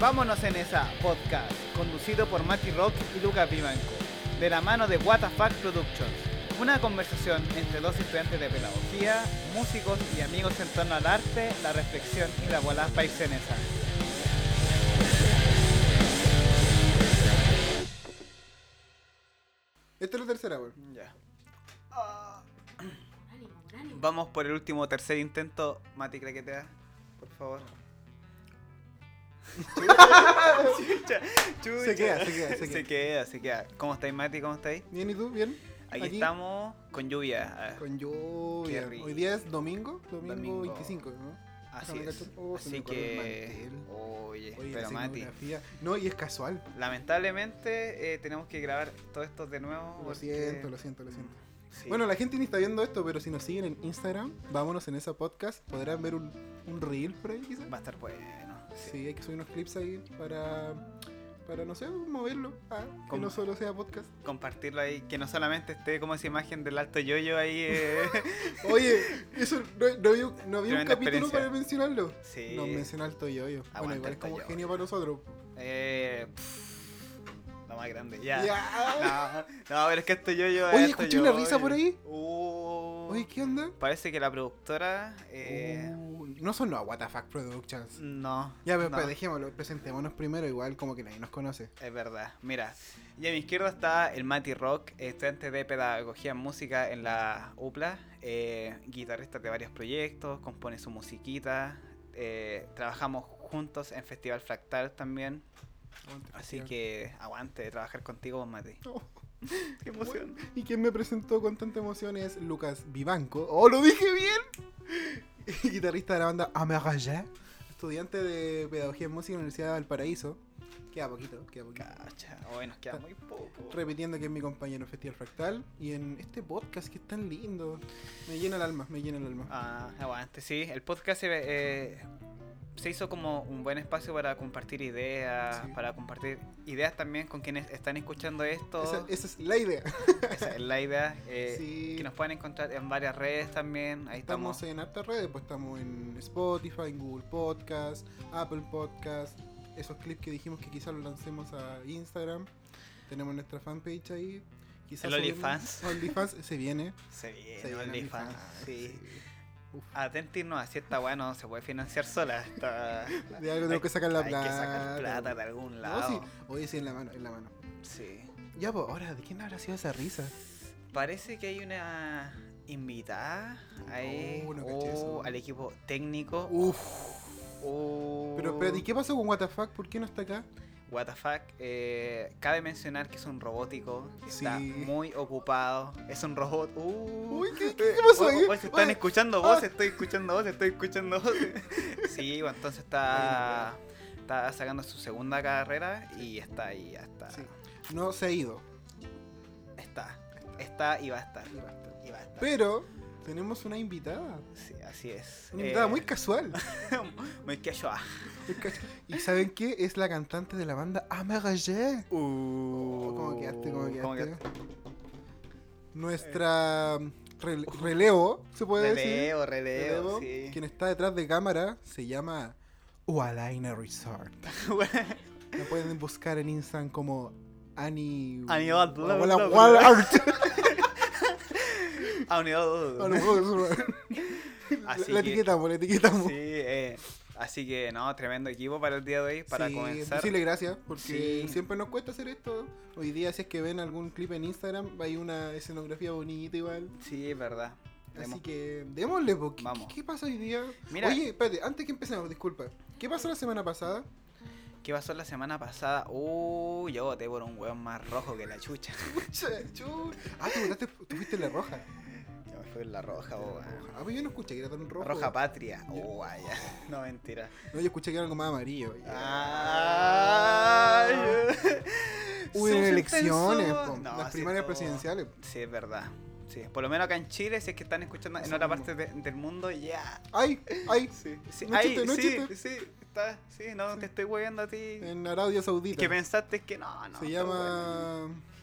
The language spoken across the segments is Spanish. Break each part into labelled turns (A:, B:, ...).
A: Vámonos en esa podcast, conducido por Mati Rock y Lucas Vivanco, de la mano de WTF Productions. Una conversación entre dos estudiantes de pedagogía, músicos y amigos en torno al arte, la reflexión y la gualaz paisenesa.
B: Esta es la tercera, weón.
A: Ya.
C: Ánimo, ánimo.
A: Vamos por el último tercer intento. Mati, craquetea, por favor. Chucha, chucha.
B: Se queda, se queda, se
A: Se
B: queda.
A: queda, se queda. ¿Cómo estáis, Mati? ¿Cómo estáis?
B: Bien, ¿y tú? ¿Bien?
A: Aquí,
B: Aquí.
A: estamos con lluvia.
B: Con
A: Qué
B: lluvia.
A: rico.
B: Hoy día es domingo, domingo,
A: Domingo.
B: 25, ¿no?
A: Así
B: Déjame
A: es.
B: cachar. Oh, se me
A: Así
B: coló el
A: que.
B: mantel.
A: Oye,
B: Oye,
A: Eh, pero
B: la
A: Mati.
B: escenografía. No, y es casual.
A: Lamentablemente eh, tenemos que grabar todo esto de nuevo.
B: Lo
A: porque-
B: siento, lo siento, lo siento.
A: Oh, Sí.
B: Bueno, la gente ni está viendo esto, pero si nos siguen en Instagram, vámonos en esa podcast. Podrán ver un, un reel por ahí, quizás.
A: va a estar bueno.
B: Sí, hay que subir unos clips ahí para, para no sé, moverlo. Ah, que
A: Como-
B: no solo sea podcast.
A: Compartirlo ahí, que no solamente esté como esa imagen del alto yoyo ahí. eh.
B: Oye, eso no, no había, no había un
A: Tremenda
B: capítulo
A: experiencia.
B: para mencionarlo.
A: Sí.
B: No menciona el Toyoyo. Bueno,
A: Aguanta
B: igual
A: el
B: es como
A: Toyoyo.
B: genio para nosotros.
A: Eh, pff, la más grande, ya.
B: Ya.
A: No, no, pero es que esto yo, yo.
B: Oye,
A: esto
B: escuché
A: yo-
B: una risa por ahí.
A: Uh,
B: Oye, ¿qué onda?
A: Parece que la productora. Eh,
B: Uy, no son los WTF Productions.
A: No.
B: Uh. Ya, pero
A: no,
B: pues, dejémoslo, presentémonos primero, igual como que nadie nos conoce.
A: Es verdad. Mira, y a mi izquierda está el Mati Rock, estudiante de Pedagogía en Música en la UPLA, eh, guitarrista de varios proyectos, compone su musiquita, eh, trabajamos juntos en Festival Fractal también, así que aguante trabajar contigo, Mati.
B: Oh.
A: Qué emoción.
B: Y quien me presentó con tanta emoción es Lucas Vivanco. ¡Oh, lo dije bien! Guitarrista de la banda Amarajé. Estudiante de Pedagogía en Música en la Universidad de Valparaíso. Queda poquito, queda poquito.
A: Cacha, hoy nos queda muy poco.
B: Repitiendo que es mi compañero en Festival Fractal. Y en este podcast que es tan lindo. Me llena el alma, me llena el alma.
A: Ah, aguante, sí. El podcast se, eh, se hizo como un buen espacio para compartir ideas,
B: Sí.
A: para compartir ideas también con quienes están escuchando esto.
B: Esa, esa es la idea.
A: Esa es la idea. eh,
B: Sí.
A: Que nos pueden encontrar en varias redes también. Ahí
B: Estamos
A: estamos.
B: en hartas redes, pues estamos en Spotify, en Google Podcast, Apple Podcast, esos clips que dijimos que quizás los lancemos a Instagram. Tenemos nuestra fanpage ahí. Quizás
A: El
B: subimos-
A: OnlyFans.
B: OnlyFans se viene.
A: Se viene
B: se viene
A: OnlyFans, Sí.
B: Uf.
A: Atentirnos así esta weá no se puede financiar sola. Está...
B: De algo tengo que sacar la
A: Hay que sacar
B: plata.
A: plata de algún
B: No,
A: lado.
B: sí. Oye, sí, en la mano, en la mano.
A: sí.
B: Ya, pues, ahora, ¿de quién habrá sido esa risa?
A: Parece que hay una invitada ahí
B: Oh, no caché eso.
A: o al equipo técnico.
B: Uf.
A: o-
B: Pero espérate, ¿y qué pasó con WTF? ¿Por qué no está acá?
A: What the fuck, eh, cabe mencionar que es un robótico, que está
B: Sí.
A: muy ocupado, es un robot. Uh,
B: Uy, ¿qué- qué- qué pasó
A: Oye,
B: ahí?
A: oye, se están
B: Oye, Ah.
A: escuchando voces, estoy escuchando voces, estoy escuchando voces. sí, bueno, entonces está, está sacando su segunda carrera y está ahí, ya está.
B: Sí. No se ha ido.
A: Está, está y va a estar.
B: Y basta.
A: Y va a estar.
B: Pero tenemos una invitada.
A: Sí, así es.
B: Una invitada
A: Eh,
B: muy casual.
A: muy ah. quechua.
B: muy casual. ¿Y saben qué? Es la cantante de la banda Amarajé.
A: Uh,
B: Oh, ¿Cómo quedaste? ¿Cómo quedaste?
A: ¿cómo quedaste? Eh.
B: Nuestra rele- relevo, se puede decir.
A: Relevo, relevo, sí.
B: Quien está detrás de cámara se llama Ualaina Resort. La pueden buscar en Instagram como Annie.
A: Annie Wal-
B: Wala-
A: Wal-
B: Wal- Art.
A: Ah, unido.
B: A lo mejor. La
A: Así
B: la
A: que-
B: etiquetamos, la etiquetamos.
A: Sí, eh, así que no, tremendo equipo para el día de hoy, para
B: Sí,
A: comenzar.
B: decirle gracias, porque
A: Sí.
B: siempre nos cuesta hacer esto. Hoy día, si es que ven algún clip en Instagram, hay una escenografía bonita igual.
A: Sí, es verdad. Demos-
B: Así que démosle, po. ¿Qué,
A: Vamos.
B: qué- qué pasa hoy día?
A: Mira.
B: Oye, espérate, antes que empecemos, disculpa. ¿Qué pasó la semana pasada?
A: ¿Qué pasó la semana pasada? Uh, yo voté por un hueón más rojo que la chucha.
B: Chur. ah, tú votaste, tú fuiste la roja.
A: Yo me fui en la roja, oh, ah.
B: Ah, pues yo no escuché que era tan rojo.
A: Roja patria. Oh, vaya. No, mentira.
B: No, yo escuché que era algo más amarillo.
A: Ah. Ay,
B: Hubo
A: Sucio
B: elecciones,
A: intenso.
B: po,
A: No,
B: las
A: sí,
B: primarias
A: estuvo-
B: presidenciales.
A: Sí, es verdad. Sí, por lo menos acá en Chile, si es que están escuchando en
B: Eso
A: otra
B: mismo.
A: parte de- del mundo, ya.
B: Ay, ay,
A: Sí, sí,
B: No es
A: ahí,
B: chiste, no es
A: sí,
B: chiste.
A: sí, está, sí, no, te estoy hueveando a ti.
B: en Arabia Saudita.
A: Que pensaste que no, no.
B: Se
A: todo
B: llama.
A: bueno.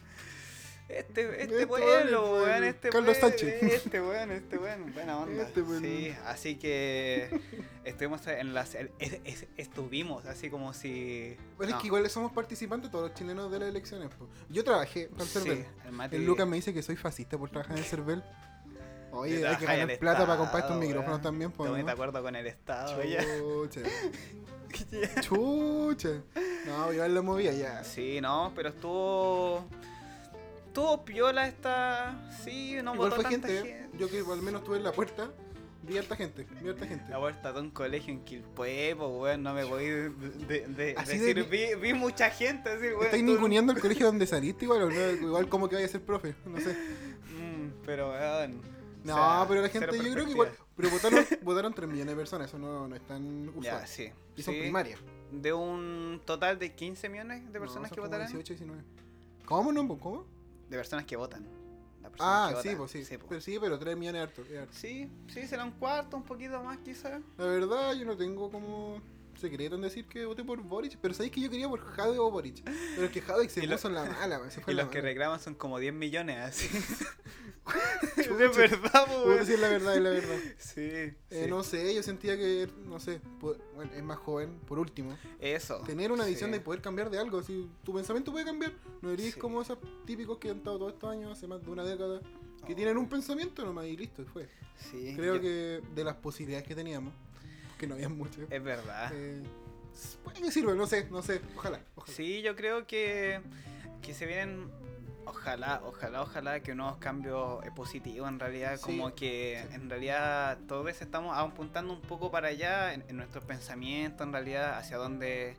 A: Este, este
B: Este
A: pueblo,
B: weón, el-
A: weón, este
B: Carlos
A: pue-
B: Sánchez.
A: Este weón, este weón, buena onda.
B: Este weón.
A: Sí, así que estuvimos en las. el- es- es- estuvimos, así como si.
B: Pero es
A: no,
B: que igual somos participantes todos los chilenos de las elecciones. po. Yo trabajé para el
A: sí,
B: Cervel.
A: el Mati-
B: El Lucas me dice que soy fascista por trabajar en el Cervel.
A: Yo
B: Oye, hay que
A: trabajaba en
B: ganar
A: el
B: plata para comprar
A: Estado,
B: estos micrófonos
A: weón.
B: también, po,
A: Tomé
B: ¿no?
A: de acuerdo con el Estado. ya.
B: Chucha. Chucha. No, yo la movía ya.
A: Sí, no, pero estuvo. Estuvo piola esta. Sí, no
B: igual
A: votó
B: fue
A: tanta
B: gente, ¿eh? Yo que al menos estuve en la puerta. Vi harta gente, vi harta gente.
A: La vuelta de un colegio en Quilpue, pues weón, no me voy de, de- de-
B: Así
A: decir,
B: de-
A: vi, vi mucha gente, así, weón.
B: Estáis
A: tú-
B: ninguneando el colegio donde saliste igual, o no? igual como que vaya a ser profe, no sé.
A: Mm, pero weón.
B: No,
A: o sea,
B: pero la
A: cero
B: gente, yo creo
A: perspectiva.
B: que igual. Pero votaron, votaron 3 millones de personas, eso no, no es tan usual.
A: Ya, sí.
B: Y son
A: sí,
B: primarias.
A: De un total de 15 millones de
B: No,
A: personas
B: son
A: que
B: como
A: votarán.
B: 18, 19. ¿Cómo no? po? ¿Cómo?
A: De personas que votan. Las personas
B: Ah,
A: que
B: sí,
A: votan,
B: pues sí.
A: po.
B: Pero sí, pero 3 millones es harto, es harto.
A: Sí, sí, será un cuarto, un poquito más quizás.
B: La verdad, yo no tengo como secreto en decir que voté por Boric, pero sabéis que yo quería por Jade o Boric. Pero es que Jade se
A: Y lo-
B: puso en la mala, weón, se
A: Y
B: fue en la
A: los que
B: mala.
A: reclaman son como 10 millones, así. de verdad, po,
B: Puedo
A: weón.
B: decir la verdad, es la verdad.
A: Sí,
B: Eh,
A: sí.
B: no sé, yo sentía que, no sé, po- bueno, es más joven, por último.
A: Eso.
B: Tener una
A: Oh, sí.
B: visión de poder cambiar de algo, si tu pensamiento puede cambiar, no eres
A: Sí.
B: como esos típicos que han estado todos estos años, hace más de una década, que
A: Oh.
B: tienen un pensamiento nomás y listo, y fue.
A: Sí,
B: Creo
A: yo-
B: que de las posibilidades que teníamos, que no había muchas,
A: Es verdad.
B: eh, puede que sirva, no sé, no sé, ojalá, ojalá.
A: Sí, yo creo que, que se vienen, ojalá, ojalá, ojalá que unos cambios eh, positivos en realidad,
B: Sí,
A: como que en realidad todos estamos apuntando un poco para allá en, en nuestros pensamientos, en realidad, hacia dónde,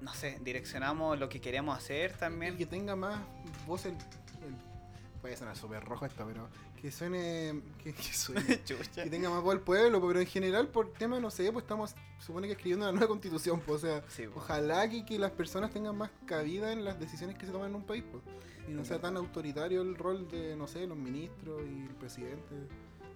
A: no sé, direccionamos lo que queremos hacer
B: Y que
A: también.
B: tenga más voz el. el- puede sonar súper rojo esto, pero. Que suene. Que, que suene.
A: Chucha.
B: que tenga más voz el pueblo, pero en general, por tema, no sé, pues estamos. Supone que escribiendo una nueva constitución, pues, o sea.
A: Sí, po.
B: Ojalá que, que las personas tengan más cabida en las decisiones que se toman en un país, pues. Y no sea tan autoritario el rol de, no sé, los ministros y el presidente.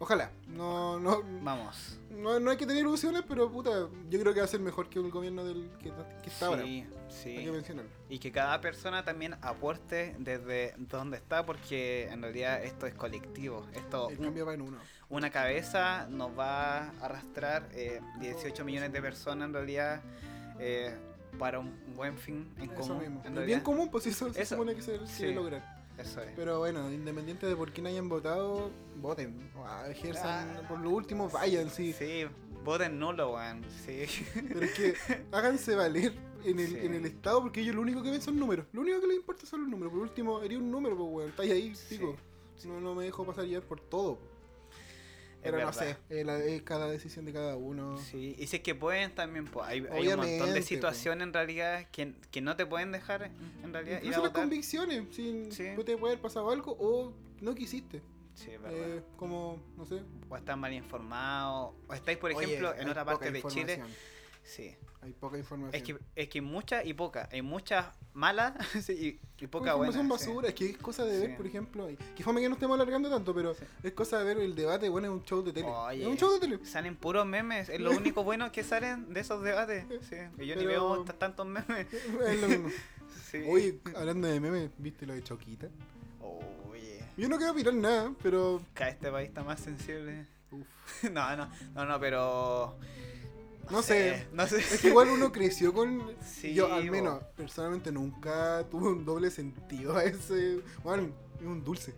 B: Ojalá. No, no,
A: Vamos.
B: no, no hay que tener ilusiones, pero puta, yo creo que va a ser mejor que el gobierno del que, que está ahora.
A: Sí,
B: Hay que
A: sí.
B: mencionarlo.
A: Y que cada persona también aporte desde donde está, porque en realidad esto es colectivo. Esto
B: Oh, El
A: un-
B: cambio va en uno.
A: una cabeza nos va a arrastrar eh, 18 millones de personas en realidad eh, para un buen fin en
B: Eso
A: común.
B: mismo.
A: en
B: El bien
A: realidad.
B: común, pues eso se
A: Eso.
B: supone que se quiere
A: Sí.
B: lograr.
A: Eso es.
B: Pero bueno, independiente de por quién hayan votado, voten. O ah, ejerzan,
A: Ah.
B: por lo último, vayan, sí.
A: Sí, voten nulo, weón. Sí.
B: Pero es que háganse valer en el,
A: Sí.
B: en el Estado porque ellos lo único que ven son números. Lo único que les importa son los números. Por último, eres un número, pues, weón. Estáis ahí,
A: Sí.
B: pico. No, no me dejo pasar llevar por todo.
A: Es
B: Pero no
A: verdad.
B: sé, es la- es cada decisión de cada uno.
A: Sí, y si es que pueden también, pues hay, hay un montón
B: Obviamente,
A: de
B: po.
A: situaciones en realidad que, que no te pueden dejar en realidad ir a
B: Incluso las
A: votar.
B: convicciones, sin
A: Sí.
B: puede haber pasado algo o no quisiste.
A: Sí, es verdad.
B: Eh, como, no sé.
A: O están mal informados, o estáis, por ejemplo,
B: Oye,
A: en
B: hay
A: otra
B: poca
A: parte de Chile.
B: información,
A: Sí.
B: Hay poca información.
A: Es que, es que muchas y pocas. Hay muchas malas sí, y, y pocas
B: Como
A: buenas.
B: son
A: sí.
B: basura, es que es cosa de
A: Sí.
B: ver, por ejemplo, y- que fome que no estemos alargando tanto, pero
A: Sí.
B: es cosa de ver el debate, bueno, es un show de tele.
A: Oye.
B: Es un show de tele.
A: Salen puros memes, es lo único bueno que salen de esos debates. Sí, y yo ni
B: Pero-
A: veo t- tantos memes.
B: Es lo mismo.
A: Sí.
B: Oye, hablando de memes, ¿viste lo de Choquita?
A: Oye,
B: Yo no quiero opinar nada, pero
A: cada este país está más sensible.
B: Uf.
A: No, no, no, no, pero.
B: No sé.
A: No sé.
B: es que igual uno creció con...
A: Sí,
B: yo al
A: bo.
B: menos, personalmente, nunca tuve un doble sentido a ese... Bueno, es un dulce.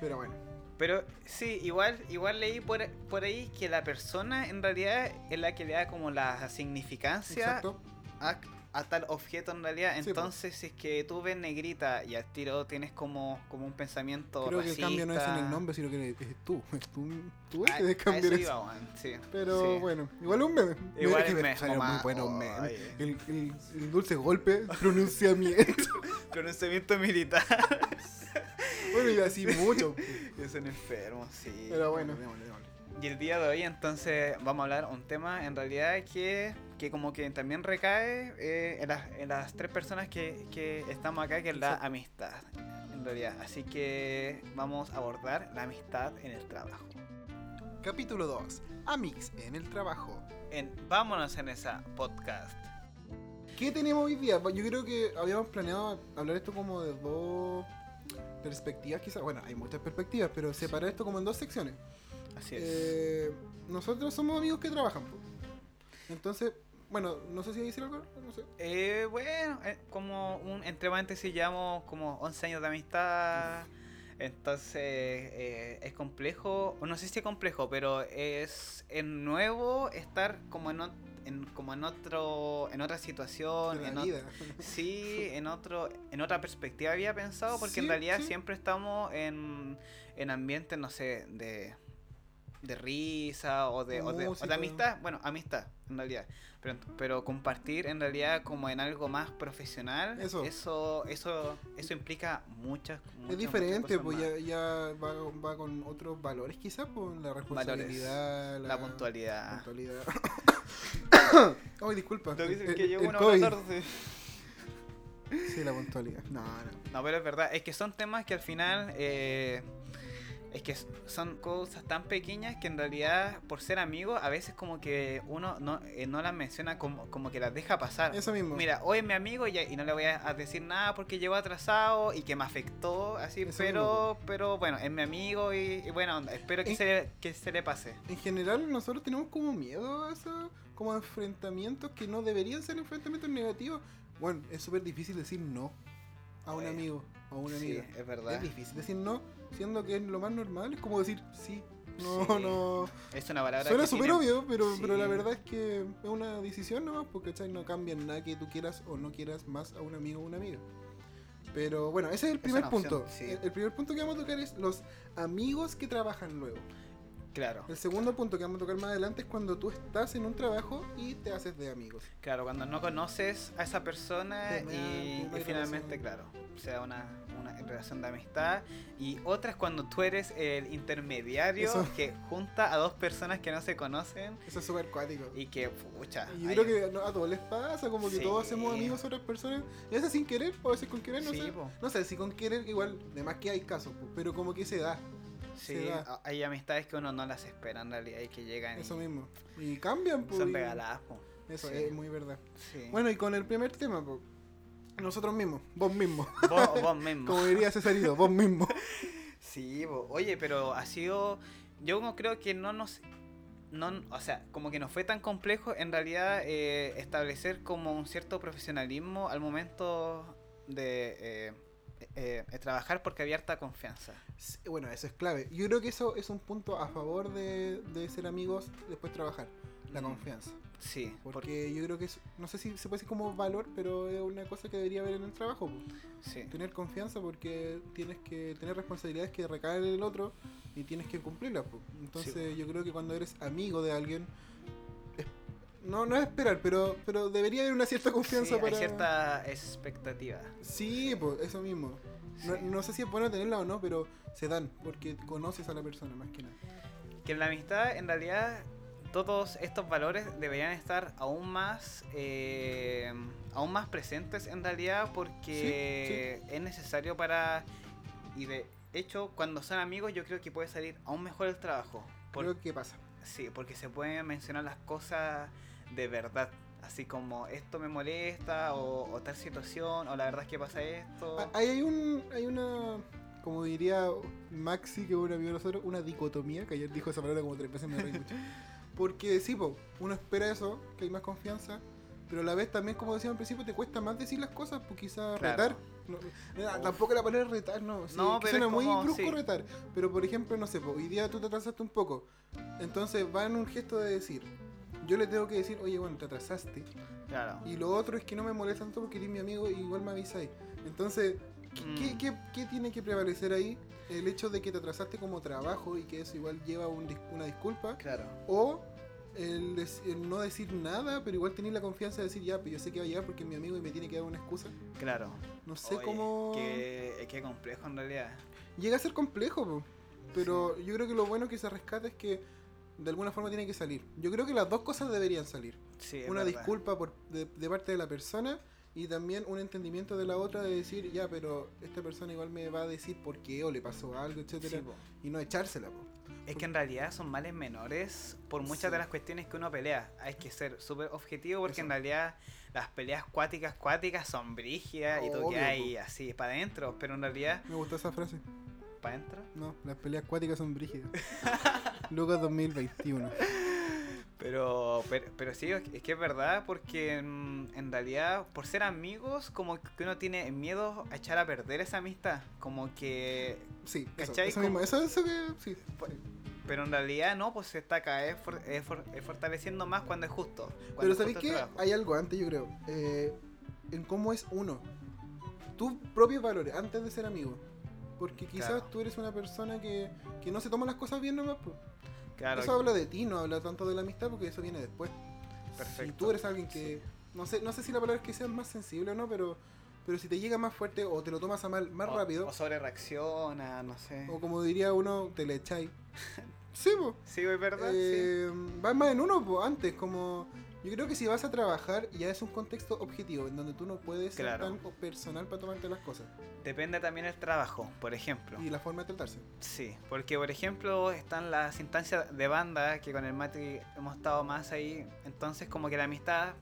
B: Pero bueno,
A: Pero sí, igual, igual leí por, por ahí que la persona en realidad es la que le da como la significancia
B: exacto.
A: a, a tal objeto en realidad.
B: Sí, po.
A: Entonces, si es que tú ves negrita y al tiro tienes como, como un pensamiento
B: Creo que el
A: racista.
B: cambio no es en el nombre, sino que es tú. Es tú, tú
A: A-
B: el que debes
A: a
B: cambiar
A: eso
B: eso.
A: iba, weón, sí,
B: Pero
A: sí.
B: bueno, igual es un meme.
A: Igual
B: que
A: es
B: me
A: meme,
B: salieron
A: mamá.
B: muy buenos
A: Oye.
B: memes. El, el- el dulce golpe, pronunciamiento.
A: Pronunciamiento militar.
B: bueno, y así mucho.
A: Yo soy un enfermo, sí.
B: Pero bueno.
A: Y el día de hoy entonces vamos a hablar un tema en realidad que, que como que también recae eh, en, las, en las tres personas que, que estamos acá, que es la
B: Exacto.
A: amistad. En realidad. Así que vamos a abordar la amistad en el trabajo.
B: Capítulo 2. Amix en el trabajo.
A: En Vámonos en esa podcast.
B: ¿Qué tenemos hoy día? Yo creo que habíamos planeado hablar esto como de dos perspectivas, quizás. Bueno, hay muchas perspectivas, pero separar esto como en dos secciones.
A: Así es.
B: Eh, nosotros somos amigos que trabajan. po. Entonces, bueno, no sé si hay decir algo. No sé.
A: Eh, bueno, eh, como un entre paréntesis llevamos como 11 años de amistad. Entonces eh, es complejo, o no sé si es complejo, pero es, es nuevo estar como en, ot- en- como en otro en otra situación,
B: De
A: en
B: la
A: ot-
B: vida.
A: Oh, sí, en otro en otra perspectiva había pensado porque en
B: Sí,
A: realidad
B: sí.
A: siempre estamos en, en ambientes no sé, de de risa o de, o de, o de
B: Música.
A: amistad, bueno, amistad en realidad, pero, pero compartir en realidad como en algo más profesional,
B: Eso.
A: eso eso, eso implica muchas, muchas muchas
B: es diferente,
A: cosas
B: pues
A: más.
B: ya, ya va, va con otros valores, quizás, pues la responsabilidad,
A: la puntualidad.
B: puntualidad. Ay, disculpa.
A: Lo que dicen
B: El-
A: que llevo
B: el
A: una hora
B: COVID.
A: tarde.
B: Sí, la puntualidad. No, no.
A: No, pero es verdad, es que son temas que al final eh, es que s- son cosas tan pequeñas que en realidad por ser amigos a veces como que uno no, eh, no las menciona como, como que las deja pasar.
B: Eso mismo.
A: Mira, hoy es mi amigo y, y no le voy a, a decir nada porque llegó atrasado y que me afectó, así,
B: Eso
A: pero pero bueno, es mi amigo y, y bueno, onda, espero que,
B: Y-
A: se, que se le pase.
B: En general, nosotros tenemos como miedo a esos como enfrentamientos que no deberían ser enfrentamientos negativos. Bueno, es súper difícil decir no a un
A: Eh,
B: amigo o a una
A: Sí,
B: amiga.
A: es verdad.
B: Es difícil decir no, siendo que es lo más normal, es como decir sí. No,
A: Sí.
B: no.
A: Es una palabra
B: Suena
A: que
B: súper
A: tiene-
B: obvio, pero, pero la
A: Sí.
B: verdad es que es una decisión nomás, porque ¿cachai? no cambia nada que tú quieras o no quieras más a un amigo o una amiga. Pero bueno, ese es el primer
A: una opción,
B: punto.
A: sí.
B: El, el primer punto que vamos a tocar es los amigos que trabajan luego.
A: Claro.
B: El segundo punto que vamos a tocar más adelante es cuando tú estás en un trabajo y te haces de amigos.
A: Claro, cuando no conoces a esa persona
B: Primera-
A: y,
B: primera
A: y finalmente,
B: relación.
A: claro, sea una, una relación de amistad. Y otra es cuando tú eres el intermediario
B: Eso.
A: que junta a dos personas que no se conocen
B: Eso es súper cuático. Y,
A: y que, pucha,
B: yo
A: hay
B: creo
A: un-
B: que no- a todos les pasa, como que
A: Sí.
B: todos hacemos amigos a otras personas. Y a veces sin querer, o a veces con querer, no
A: Sí,
B: sé.
A: po.
B: No sé, si con querer, igual, de más que hay casos, po, pero como que se da.
A: sí,
B: se da.
A: a- hay amistades que uno no las espera en realidad y que llegan
B: Eso
A: y
B: mismo. Y cambian, pues.
A: son regaladas. po.
B: Eso
A: Sí.
B: es muy verdad.
A: Sí.
B: Bueno, y con el primer tema, po, nosotros mismos, vos mismo.
A: vos, vos mismo.
B: Como diría Cesarito, vos mismo.
A: Sí, bo. oye, pero ha sido. Yo como creo que no nos. No, o sea, como que no fue tan complejo en realidad eh, establecer como un cierto profesionalismo al momento de eh, eh, eh, trabajar porque había harta confianza.
B: Sí, Bueno, eso es clave. Yo creo que eso es un punto a favor de, de ser amigos, después trabajar. La
A: Mm.
B: confianza.
A: Sí, por-
B: Porque yo creo que es, no sé si se puede decir como valor, pero es una cosa que debería haber en el trabajo. po.
A: sí,
B: Tener confianza porque tienes que tener responsabilidades que recaen en el otro y tienes que cumplirlas. po. Entonces yo creo que cuando eres amigo de alguien, es- no, no es esperar, pero, pero debería haber una cierta
A: sí,
B: confianza para...
A: hay cierta expectativa.
B: Sí, po, eso mismo. No,
A: sí.
B: no sé si es bueno tenerla o no, pero se dan porque conoces a la persona más que nada.
A: que en la amistad en realidad todos estos valores deberían estar aún más eh, aún más presentes en realidad porque es necesario para y de hecho cuando son amigos yo creo que puede salir aún mejor el trabajo Por-
B: Creo que pasa.
A: sí porque se pueden mencionar las cosas de verdad así como esto me molesta o, o tal situación o la verdad es que pasa esto
B: Ah, Ahí hay, un, hay una, como diría Maxi, que es un amigo de nosotros, una dicotomía, que ayer dijo esa palabra como tres veces, me reí mucho. Porque sí, po, uno espera eso, que hay más confianza, pero a la vez también, como decía al principio, te cuesta más decir las cosas, pues quizás
A: Claro.
B: retar. no, mira,
A: Uf.
B: tampoco la palabra retar, no. sí,
A: No,
B: que
A: pero
B: suena
A: es
B: muy
A: como-
B: brusco
A: sí.
B: retar. Pero por ejemplo, no sé, po, hoy día tú te atrasaste un poco. Entonces va en un gesto de decir. Yo le tengo que decir, oye, bueno, te atrasaste.
A: claro
B: Y lo otro es que no me molesta tanto porque eres mi amigo y igual me avisáis. Entonces, ¿qué,
A: Mm.
B: qué- qué- qué tiene que prevalecer ahí? ¿El hecho de que te atrasaste como trabajo y que eso igual lleva un dis- una disculpa?
A: claro
B: ¿O el, des- el no decir nada, pero igual tener la confianza de decir, ya, pero yo sé que va a llegar porque es mi amigo y me tiene que dar una excusa?
A: claro
B: No sé
A: Oye,
B: cómo...
A: qué, qué complejo en realidad
B: Llega a ser complejo, po. pero yo creo que lo bueno que se rescata es que de alguna forma tiene que salir. Yo creo que las dos cosas deberían salir.
A: sí, es
B: una
A: verdad.
B: disculpa por, de, de parte de la persona Y también un entendimiento de la otra de decir, ya, pero esta persona igual me va a decir por qué o le pasó algo, etcétera,
A: Sí, po.
B: y no echársela. po.
A: Es que en realidad son males menores por muchas
B: Sí.
A: de las cuestiones que uno pelea. Hay que ser súper objetivo porque en
B: Eso.
A: realidad las peleas cuáticas, cuáticas son brígidas y tú que
B: Obvio,
A: hay así para adentro, pero en realidad
B: Me gustó esa frase.
A: para adentro.
B: No, las peleas acuáticas son brígidas. Lucas 2021.
A: Pero, pero, pero sí, es que- es que es verdad porque mm, en realidad por ser amigos como que uno tiene miedo a echar a perder esa amistad. Como que
B: Sí, eso,
A: ¿Cachai?
B: eso mismo.
A: Como-
B: Eso, eso que. Sí.
A: Pero en realidad no, pues se está acá es for- es for- es fortaleciendo más cuando es justo. cuando
B: Pero
A: es
B: ¿sabéis
A: justo el
B: qué?
A: trabajo.
B: Hay algo antes, yo creo. eh, en cómo es uno. Tus propios valores antes de ser amigo. Porque quizás
A: Claro.
B: tú eres una persona que, que no se toma las cosas bien nomás. po.
A: Claro,
B: Eso habla de ti, no habla tanto de la amistad porque eso viene después. Si
A: Perfecto.
B: tú eres alguien que. No sé, no sé si la palabra es que seas más sensible o no, pero, pero si te llega más fuerte o te lo tomas a mal más
A: o-
B: rápido,
A: O sobre reacciona, no sé.
B: o como diría uno, te le echáis. Sí, po.
A: Sí, güey, ¿verdad?
B: Eh, Vas más en uno, po, antes, como... Yo creo que si vas a trabajar, ya es un contexto objetivo, en donde tú no puedes
A: Claro.
B: ser tan personal para tomarte las cosas.
A: sí. Depende también el trabajo, por ejemplo.
B: Y la forma de tratarse.
A: Sí, porque por ejemplo están las instancias de banda que con el Mati hemos estado más ahí. Entonces, como que la amistad,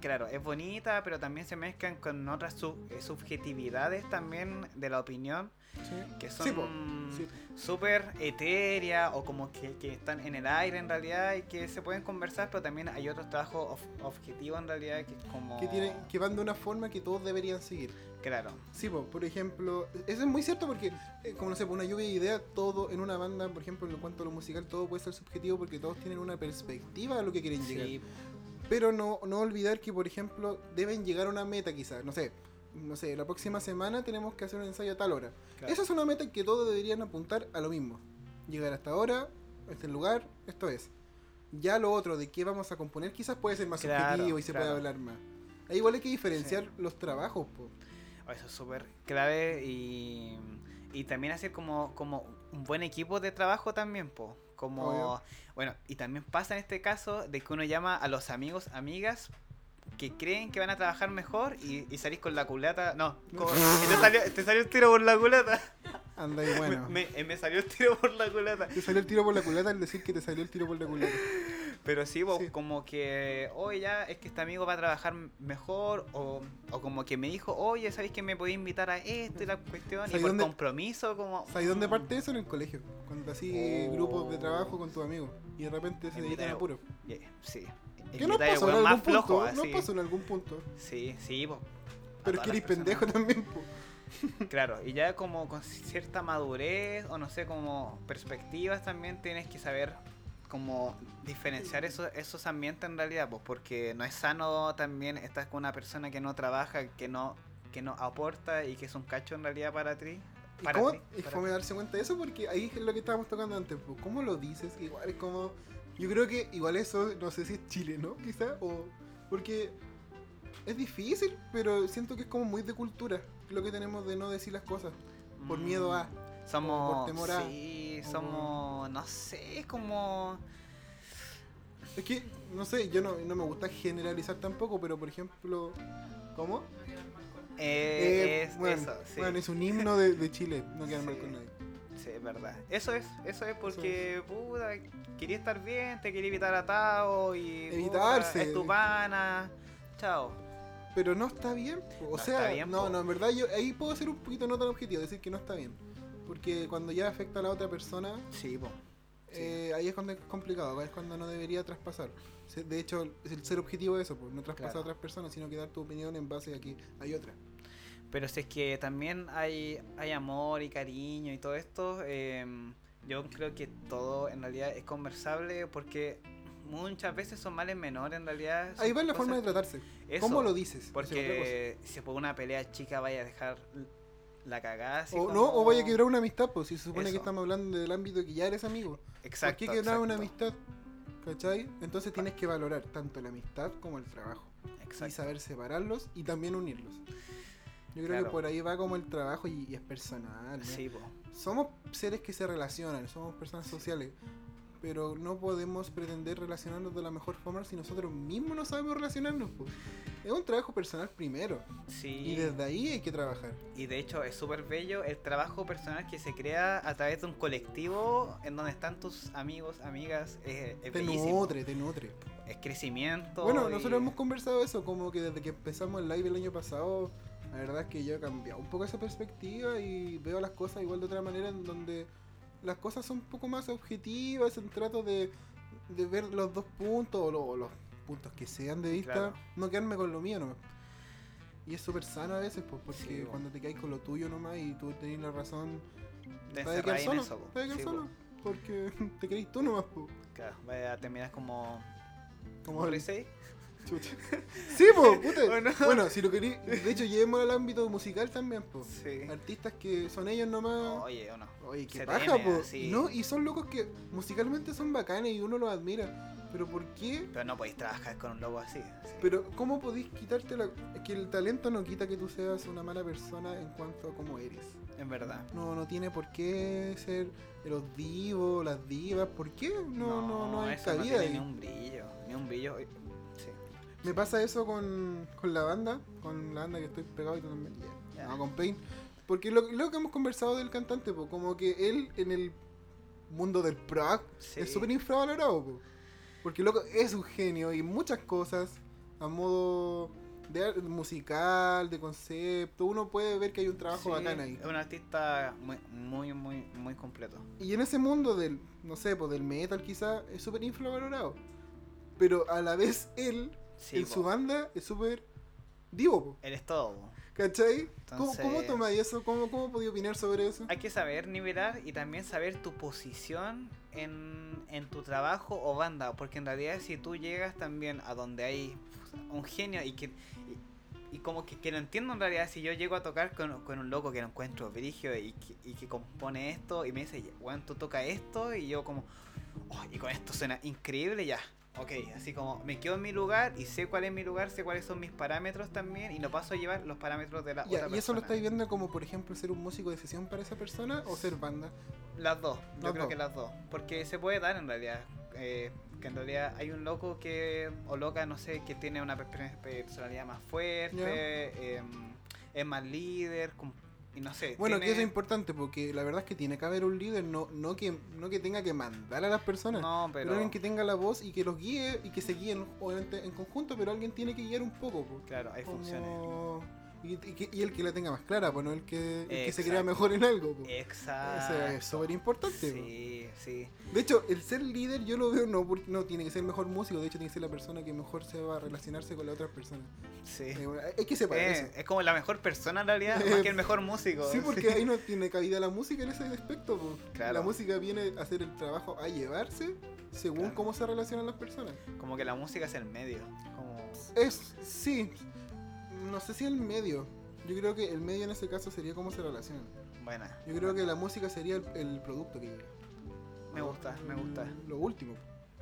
A: claro, es bonita, pero también se mezclan con otras sub- eh, subjetividades también de la opinión
B: ¿sí?
A: que
B: Sí, po.
A: son
B: Sí.
A: súper etérea o como que, que están en el aire en realidad y que se pueden conversar, pero también hay otros trabajos ob- objetivos en realidad que es como...
B: Que, tienen, que van de una forma que todos deberían seguir.
A: Claro,
B: Sí, po, por ejemplo, eso es muy cierto porque, eh, como no sé, por una lluvia de ideas, todo en una banda, por ejemplo, en cuanto a lo musical, todo puede ser subjetivo porque todos tienen una perspectiva a lo que quieren llegar.
A: sí,
B: Pero no, no olvidar que, por ejemplo, deben llegar a una meta quizás, no sé. No sé, la próxima semana tenemos que hacer un ensayo a tal hora.
A: claro.
B: Esa es una meta que todos deberían apuntar a lo mismo. Llegar hasta ahora, a este lugar, esto es. Ya lo otro de qué vamos a componer quizás puede ser más
A: Claro,
B: subjetivo y se
A: claro.
B: puede hablar más. Ahí igual hay que diferenciar los trabajos, po.
A: Oh, Eso es súper clave y, y también hacer como, como un buen equipo de trabajo también, po. Como,
B: Obvio.
A: bueno, y también pasa en este caso de que uno llama a los amigos, amigas que creen que van a trabajar mejor y, y salís con la culata. No, con- te, salió, te salió el tiro por la culata.
B: Anda y bueno.
A: Me, me- me salió el tiro por la culata.
B: Te salió el tiro por la culata al decir que te salió el tiro por la culata.
A: Pero sí, po,
B: Sí.
A: como que, oye, ya, es que este amigo va a trabajar mejor. O, o como que me dijo, oye, ¿sabéis que me podía invitar a esto y la cuestión? Y
B: ¿Sabéis
A: por
B: dónde-
A: compromiso, como.
B: ¿Sabes dónde
A: mm.
B: parte eso? En el colegio. Cuando así
A: Oh.
B: grupos de trabajo con tus amigos. Y de repente se
A: En
B: dedican
A: verdad.
B: a puro.
A: Yeah, eh, sí.
B: Que nos
A: Invitaría,
B: pasó en
A: weón,
B: algún
A: más
B: punto.
A: flojo,
B: nos
A: así.
B: pasó en algún punto.
A: Sí, sí, po. A
B: Pero es
A: todas
B: que
A: las
B: eres
A: personas.
B: pendejo también, po.
A: Claro, y ya como con cierta madurez o no sé, como perspectivas también tienes que saber como diferenciar esos, esos ambientes en realidad, pues porque no es sano también estar con una persona que no trabaja, que no que no aporta y que es un cacho en realidad para ti.
B: ¿Y
A: Para
B: cómo
A: ti,
B: es
A: para
B: fome
A: ti.
B: darse cuenta de eso? Porque ahí es lo que estábamos tocando antes. po. ¿Cómo lo dices? Igual es como. Yo creo que igual eso, no sé si es chileno, quizá, o. Porque es difícil, pero siento que es como muy de cultura lo que tenemos de no decir las cosas. Por
A: Mm.
B: miedo a.
A: Somos.
B: por temor a-
A: Sí,
B: o-
A: somos. No sé, es como.
B: Es que, no sé, yo no, no me gusta generalizar tampoco, pero por ejemplo. ¿Cómo?
A: eh,
B: Eh,
A: es
B: bueno,
A: eso, sí.
B: bueno, es un himno de, de Chile, no quedar mal
A: Sí.
B: con nadie.
A: Sí, es verdad. Eso es, eso es porque, puta, quería estar bien, te quería evitar atado y. puta,
B: Evitarse.
A: es tu pana. Chao.
B: Pero no está bien. po. O
A: No
B: sea,
A: está bien,
B: no,
A: po.
B: no, en verdad yo ahí puedo ser un poquito no tan objetivo, decir que no está bien. Porque cuando ya afecta a la otra persona,
A: Sí, po. Sí.
B: eh, ahí es cuando es complicado, es cuando no debería traspasar. Se- De hecho, es el ser objetivo de eso, po, no traspasar
A: Claro.
B: a otras personas, sino que dar tu opinión en base a que hay otra.
A: Pero si es que también hay, hay amor y cariño y todo esto, em, yo creo que todo en realidad es conversable porque muchas veces son males menores en realidad.
B: Ahí
A: son
B: va la
A: cosas-
B: forma de tratarse.
A: eso,
B: ¿Cómo lo dices? Esa es otra
A: Porque si por una pelea chica vaya a dejar la cagada. así
B: cosa. O,
A: como-
B: no, o vaya a quebrar una amistad, pues si se supone que
A: Eso.
B: estamos hablando del ámbito que ya eres amigo.
A: Exacto.
B: ¿Por qué quebrar una
A: exacto,
B: amistad? ¿Cachai? Entonces tienes que valorar tanto la amistad como el trabajo. y
A: exacto.
B: saber separarlos y también unirlos. Yo creo
A: Claro.
B: que por ahí va como el trabajo y, y es personal. ¿no?
A: Sí, po.
B: Somos seres que se relacionan, somos personas sociales. Pero no podemos pretender relacionarnos de la mejor forma si nosotros mismos no sabemos relacionarnos. po. Es un trabajo personal primero. Y
A: Sí.
B: desde ahí hay que trabajar.
A: Y de hecho es súper bello el trabajo personal que se crea a través de un colectivo en donde están tus amigos, amigas. eh, Es, es
B: te
A: bellísimo.
B: nutre, te nutre.
A: Es crecimiento.
B: Bueno,
A: y-
B: nosotros hemos conversado eso, como que desde que empezamos el live el año pasado, la verdad es que yo he cambiado un poco esa perspectiva y veo las cosas igual de otra manera en donde las cosas son un poco más objetivas, en trato de, de ver los dos puntos o lo- o los puntos que sean de vista,
A: Claro.
B: no quedarme con lo mío nomás. Y es súper sano a veces, pues, porque
A: Sí, bueno.
B: cuando te caes con lo tuyo nomás y tú tenés la razón,
A: Te
B: te vas a quedar
A: encerráis en
B: solo,
A: eso, po.
B: te vas a quedar
A: Sí, po.
B: solo, porque te creís tú nomás, pues.
A: Claro, vaya, terminas como.
B: Como el-
A: Morrissey.
B: Chucha. Sí, po, puta.
A: ¿O no?
B: Bueno, si lo queréis. De hecho, llevémoslo al ámbito musical también, po.
A: Sí.
B: Artistas que son ellos nomás.
A: Oye, ah, o no.
B: Oye, qué
A: CTM,
B: paja, po.
A: así.
B: No, y son locos que musicalmente son bacanes y uno los admira. Pero ¿por qué?
A: Pero no podéis trabajar con un lobo así. sí.
B: Pero ¿cómo podéis quitarte la... Es que el talento no quita que tú seas una mala persona en cuanto a cómo eres.
A: En verdad.
B: No, no tiene por qué ser los divos, las divas. ¿Por qué? No, no, no, hay
A: eso no
B: cabida
A: tiene
B: ahí.
A: ni un brillo. Ni un brillo. eh, Sí.
B: Me pasa eso con, con la banda, con la banda que estoy pegado y tú también.
A: Ya.
B: No, con Pain. Porque lo, lo que hemos conversado del cantante, po, como que él en el mundo del prog
A: Sí.
B: es súper infravalorado. po. Porque loco es un genio y muchas cosas a modo de ar- musical, de concepto. Uno puede ver que hay un trabajo
A: Sí,
B: bacán ahí.
A: Es un artista muy, muy, muy, muy completo.
B: Y en ese mundo del, no sé, pues del metal quizá, es súper infravalorado. Pero a la vez él,
A: Sí,
B: en
A: po.
B: su banda, es súper divo. po.
A: Él es todo. po.
B: ¿Cachai? ¿Cómo,
A: Entonces-
B: cómo tomáis eso? ¿Cómo, ¿Cómo podía opinar sobre eso?
A: Hay que saber nivelar y también saber tu posición en, en tu trabajo o banda. Porque en realidad si tú llegas también a donde hay un genio y que... y- y como que, que no entiendo en realidad si yo llego a tocar con, con un loco que no encuentro brigio y que, y que compone esto y me dice, Juan, tú toca esto y yo como, "Oh, y con esto suena increíble ya. Ok, así como me quedo en mi lugar y sé cuál es mi lugar, sé cuáles son mis parámetros también y no paso a llevar los parámetros de la
B: Ya,
A: otra
B: ¿Y eso
A: persona.
B: lo estáis viendo como, por ejemplo, ser un músico de sesión para esa persona o ser banda?
A: Las dos, yo
B: Las
A: creo
B: dos.
A: que las dos. Porque se puede dar en realidad. eh, que en realidad hay un loco que, o loca, no sé, que tiene una pe- personalidad más fuerte,
B: Ya.
A: em, es más líder, com- y no sé.
B: Bueno, que
A: tiene-
B: eso es importante porque la verdad es que tiene que haber un líder, no, no, que, no que tenga que mandar a las personas,
A: No,
B: pero...
A: pero.
B: alguien que tenga la voz y que los guíe y que se guíen obviamente en conjunto, pero alguien tiene que guiar un poco. po.
A: Claro, hay funciones.
B: Como- Y, y que- y el que la tenga más clara, pues no el que, el que se
A: Exacto.
B: crea mejor en algo. po.
A: Exacto.
B: Eso es súper importante. po.
A: Sí, sí.
B: De hecho, el ser líder yo lo veo no por- no tiene que ser el mejor músico, de hecho tiene que ser la persona que mejor se va a relacionarse con la otra persona.
A: sí.
B: Eh, bueno, hay que separar
A: Eh,
B: eso.
A: es como la mejor persona en realidad, más que el mejor músico.
B: Sí, porque ahí no tiene cabida la música en ese aspecto. po.
A: Claro.
B: La música viene a hacer el trabajo a llevarse según
A: Claro.
B: cómo se relacionan las personas.
A: Como que la música es el medio. Como...
B: Es, sí, no sé si el medio. Yo creo que el medio en ese caso sería cómo se relacionan.
A: Buena.
B: Yo creo que la música sería el, el producto que llega.
A: Me gusta, me gusta.
B: Lo último.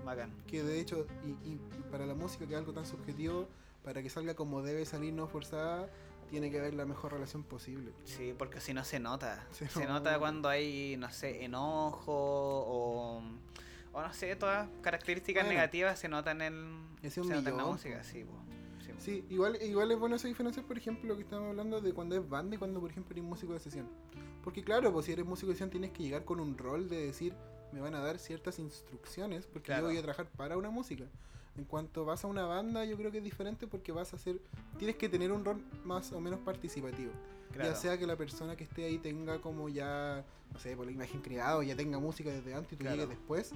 A: Bacán.
B: que de hecho, y, y para la música que es algo tan subjetivo, para que salga como debe salir, no forzada, tiene que haber la mejor relación posible.
A: Sí, porque si no se nota.
B: Sí,
A: Se,
B: no.
A: nota cuando hay, no sé, enojo o, o no sé, todas características
B: Bueno.
A: negativas se notan en,
B: Es
A: se
B: un
A: nota en la
B: millón,
A: música. Sí, po. Sí, po.
B: Sí, igual, igual es bueno esa diferencia, por ejemplo, que estamos hablando de cuando es banda y cuando, por ejemplo, eres músico de sesión. Porque claro, pues si eres músico de sesión tienes que llegar con un rol de decir, me van a dar ciertas instrucciones, porque
A: Claro.
B: yo voy a trabajar para una música. En cuanto vas a una banda, yo creo que es diferente porque vas a hacer, tienes que tener un rol más o menos participativo.
A: claro.
B: Ya sea que la persona que esté ahí tenga como ya, no sé, por la imagen creada o ya tenga música desde antes y tú
A: Claro.
B: llegues después.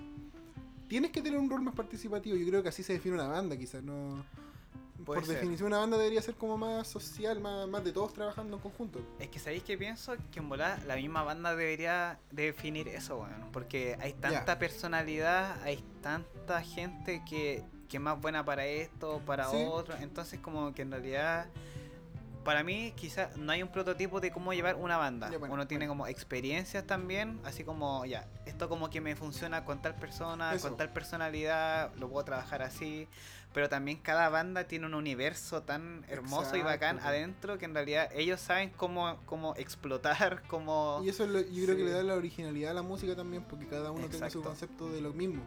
B: Tienes que tener un rol más participativo. Yo creo que así se define una banda, quizás. no
A: Puede
B: Por
A: ser.
B: definición, una banda debería ser como más social, más, más de todos trabajando en conjunto.
A: Es que sabéis que pienso que en volar la misma banda debería definir eso, bueno, porque hay tanta personalidad, hay tanta gente que, que es más buena para esto, para
B: Sí.
A: otro, entonces como que en realidad para mí quizás no hay un prototipo de cómo llevar una banda.
B: Ya, bueno,
A: Uno tiene
B: bueno.
A: como experiencias también, así como ya, esto como que me funciona con tal persona,
B: Eso.
A: con tal personalidad, lo puedo trabajar así, pero también cada banda tiene un universo tan hermoso y bacán
B: Exacto, pues. po.
A: adentro que en realidad ellos saben cómo, cómo explotar, cómo...
B: Y eso es lo- yo creo que
A: Sí.
B: le da la originalidad a la música también, porque cada uno tiene su
A: Exacto.
B: concepto de lo mismo.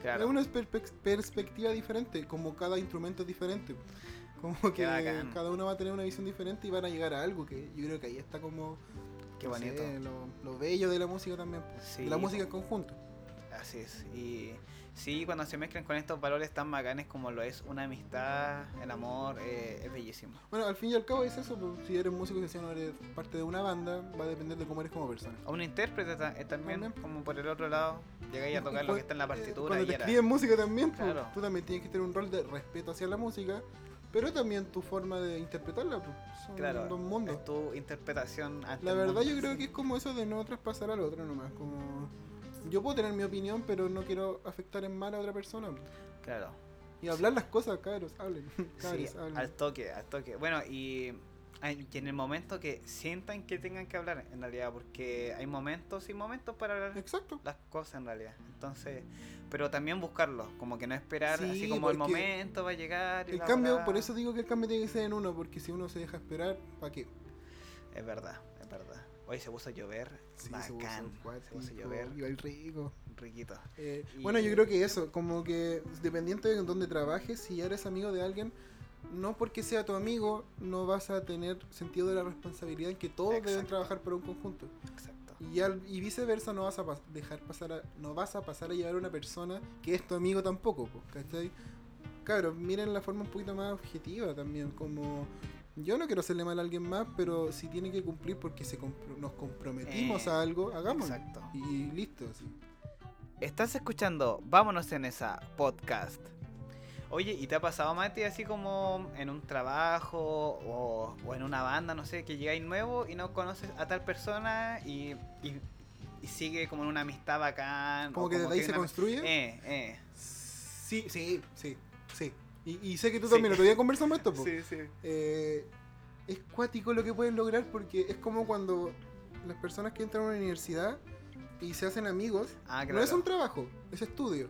A: Claro.
B: Es una perpe- perspectiva diferente, como cada instrumento es diferente. Como que
A: bacán.
B: cada uno va a tener una visión diferente y van a llegar a algo que yo creo que ahí está como
A: Qué
B: no sé,
A: bonito.
B: lo, lo bello de la música también. po.
A: Sí,
B: de la
A: po.
B: música en conjunto.
A: Así es. Y sí, cuando se mezclan con estos valores tan bacanes como lo es una amistad, el amor, eh, es bellísimo.
B: Bueno, al fin y al cabo es eso, po. si eres músico, si no eres parte de una banda, va a depender de cómo eres como persona.
A: A un intérprete ta- eh, también,
B: También.
A: como por el otro lado, llegáis a tocar lo que está en la
B: Eh,
A: partitura
B: Cuando
A: y
B: te
A: era.
B: escriben música también, po,
A: Claro.
B: tú también tienes que tener un rol de respeto hacia la música, pero también tu forma de interpretarla. po. Son
A: Claro,
B: dos mundos.
A: es tu interpretación ante
B: La
A: el
B: verdad
A: mundo,
B: yo creo
A: sí.
B: que es como eso de no traspasar al otro nomás, como yo puedo tener mi opinión, pero no quiero afectar en mal a otra persona.
A: Claro,
B: Y hablar las cosas, cabros, hablen.
A: sí,
B: Cabros, hablen.
A: al toque, al toque. Bueno, y, ay, que en el momento que sientan que tengan que hablar, en realidad, porque hay momentos y momentos para hablar
B: Exacto.
A: las cosas en realidad. Entonces, pero también buscarlo, como que no esperar así
B: Sí,
A: como el
B: porque
A: momento va a llegar. y
B: El
A: la
B: cambio,
A: weá.
B: por eso digo que el cambio tiene que ser en uno, porque si uno se deja esperar, ¿para qué?
A: Es verdad, es verdad. Hoy se puso a llover, bacán. Se puso a llover,
B: Y va el rico.
A: riquito.
B: Eh,
A: Y-
B: Bueno, yo creo que eso, como que dependiente de donde trabajes, si ya eres amigo de alguien, no porque sea tu amigo, no vas a tener sentido de la responsabilidad en que todos deben
A: Exacto.
B: trabajar por un conjunto.
A: Exacto.
B: Y, al- y viceversa no vas a pas- dejar pasar a, no vas a pasar a llevar a una persona que es tu amigo tampoco, po, ¿cachai? Claro, miren la forma un poquito más objetiva también, como yo no quiero hacerle mal a alguien más, pero si tiene que cumplir porque se compro- nos comprometimos
A: Eh,
B: a algo, hagámoslo.
A: Exacto.
B: Y listo, así.
A: Estás escuchando Vámonos en esa podcast. Oye, ¿y te ha pasado, Mati, así como en un trabajo o, o en una banda, no sé, que llegáis nuevo y no conoces a tal persona y, y- y sigue como en una amistad bacán? o
B: Como que desde ahí
A: hay
B: se
A: una-
B: construye.
A: Eh, eh.
B: Sí, sí, sí, sí. Y, y sé que tú
A: Sí.
B: también, lo otro día conversamos esto, po.
A: Sí, sí.
B: eh, es cuático lo que puedes lograr porque es como cuando las personas que entran a una universidad y se hacen amigos,
A: Ah, claro.
B: no es un trabajo, es estudio,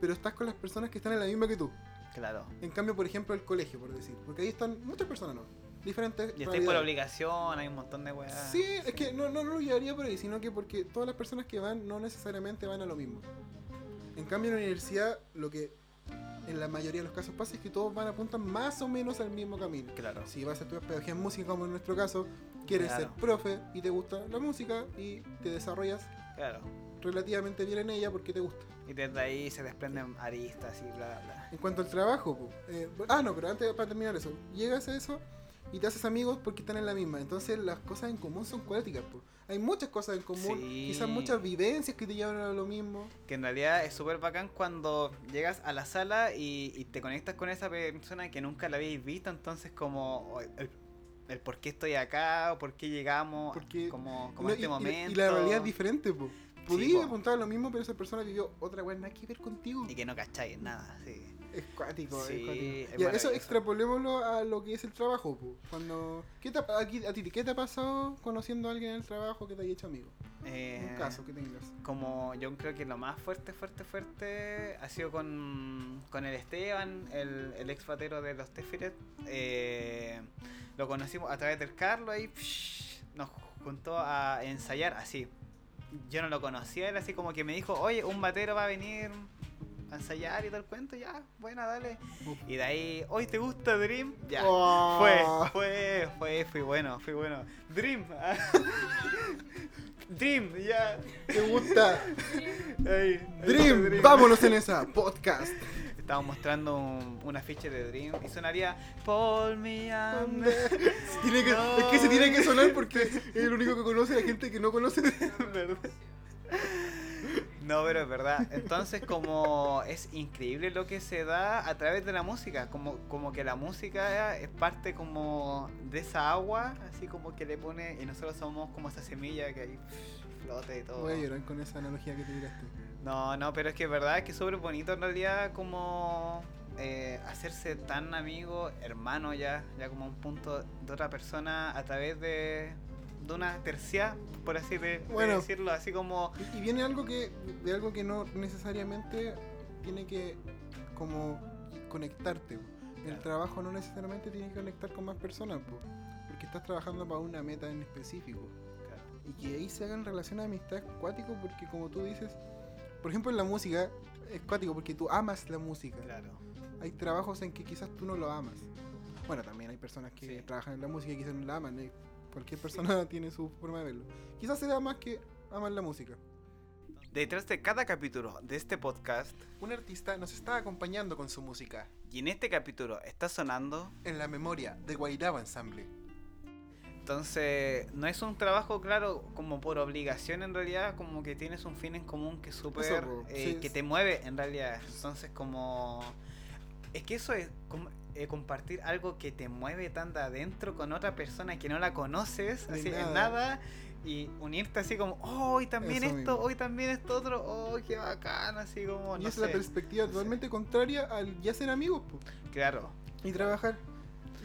B: pero estás con las personas que están en la misma que tú.
A: Claro.
B: En cambio, por ejemplo, el colegio, por decir, porque ahí están muchas personas, ¿no? Diferentes.
A: Y estáis por Ah,
B: realidades.
A: obligación, hay un montón de weas.
B: Sí, es que no, no lo llevaría por ahí, sino que porque todas las personas que van no necesariamente van a lo mismo. En cambio, en la universidad, lo que en la mayoría de los casos pasa es que todos van apuntan más o menos al mismo camino.
A: Claro.
B: Si vas a estudiar pedagogía en música, como en nuestro caso, quieres
A: Claro.
B: ser profe y te gusta la música y te desarrollas
A: Claro.
B: relativamente bien en ella porque te gusta.
A: Y desde ahí se desprenden aristas y bla, bla, bla.
B: En cuanto al trabajo, po, eh, bu- ah, no, pero antes para terminar eso, llegas a eso y te haces amigos porque están en la misma. Entonces las cosas en común son cuáticas. po. Hay muchas cosas en común,
A: Sí.
B: quizás muchas vivencias que te llevan a lo mismo.
A: Que en realidad es súper bacán cuando llegas a la sala y, y te conectas con esa persona que nunca la habéis visto, entonces como o el, el por qué estoy acá, o por qué llegamos,
B: Porque-
A: como, como
B: No, y-
A: este
B: y la-
A: momento.
B: Y, la realidad es diferente. Po. Podías
A: po.
B: apuntar a lo mismo, pero esa persona vivió otra weá, nada que ver contigo.
A: Y que no cacháis nada, sí.
B: Es cuático,
A: Sí,
B: es cuático.
A: es
B: Ya, eso
A: maravilloso.
B: extrapolémoslo a lo que es el trabajo. po. Cuando, ¿qué te, ha- aquí- a ti, ¿Qué te ha pasado conociendo a alguien en el trabajo que te haya hecho amigo?
A: Eh,
B: Un caso que tengas.
A: Como yo creo que lo más fuerte, fuerte, fuerte ha sido con, con el Esteban, el, el ex batero de los Tefiret. Eh, lo conocimos a través del Carlos ahí psh, nos juntó a ensayar así. Yo no lo conocía, él así como que me dijo, oye, un batero va a venir a ensayar y todo el cuento, ya, bueno, dale. Y de ahí, hoy te gusta Dream, ya.
B: Oh.
A: Fue, fue, fue, fui bueno, fui bueno. Dream. ah. Dream, ya.
B: ¿Te gusta?
A: Ey,
B: Dream,
A: Dream.
B: vámonos en esa podcast.
A: Estaba mostrando un, un afiche de Dream y sonaría Paul me and-
B: Tiene que-
A: No.
B: Es que se tiene que sonar porque es el único que conoce la gente que no conoce.
A: ¿Verdad? No, pero es verdad. Entonces, como es increíble lo que se da a través de la música, como, como que la música es parte como de esa agua, así como que le pone, y nosotros somos como esa semilla que ahí pff, flota y todo.
B: Voy a llorar con esa analogía que te tiraste.
A: No, no, pero es que es verdad que es súper bonito en realidad como eh, hacerse tan amigo, hermano ya, ya como un punto de otra persona a través de, de una tercia, por así de, de
B: Bueno.
A: decirlo, así como
B: Y, y viene algo que, de algo que no necesariamente tiene que como conectarte. po. El
A: Claro.
B: trabajo no necesariamente tiene que conectar con más personas, po, porque estás trabajando para una meta en específico. Y que ahí se hagan relaciones de amistad es cuático, porque como tú dices, por ejemplo en la música es cuático porque tú amas la música.
A: Claro,
B: Hay trabajos en que quizás tú no lo amas. Bueno, también hay personas que
A: Sí.
B: trabajan en la música y quizás no la aman. ¿eh? Cualquier persona tiene su forma de verlo. Quizás se da más que aman la música.
A: Detrás de cada capítulo de este podcast,
B: Un artista nos está acompañando con su música
A: y en este capítulo está sonando,
B: en la memoria de Guairaba Ensemble.
A: entonces no es un trabajo, claro, como por obligación en realidad, como que tienes un fin en común que es súper,
B: po,
A: eh,
B: sí,
A: que
B: sí.
A: te mueve en realidad. Entonces como... Es que eso es com- eh, compartir algo que te mueve tan de adentro con otra persona que no la conoces,
B: De
A: así
B: nada.
A: en nada, y unirte así como, oh, hoy también
B: Eso
A: esto,
B: mismo.
A: hoy también esto otro, oh, qué bacán, así como... Oh,
B: y
A: no
B: esa es la
A: sé.
B: perspectiva
A: no sé.
B: totalmente contraria al ya ser amigos po,
A: Claro,
B: y trabajar.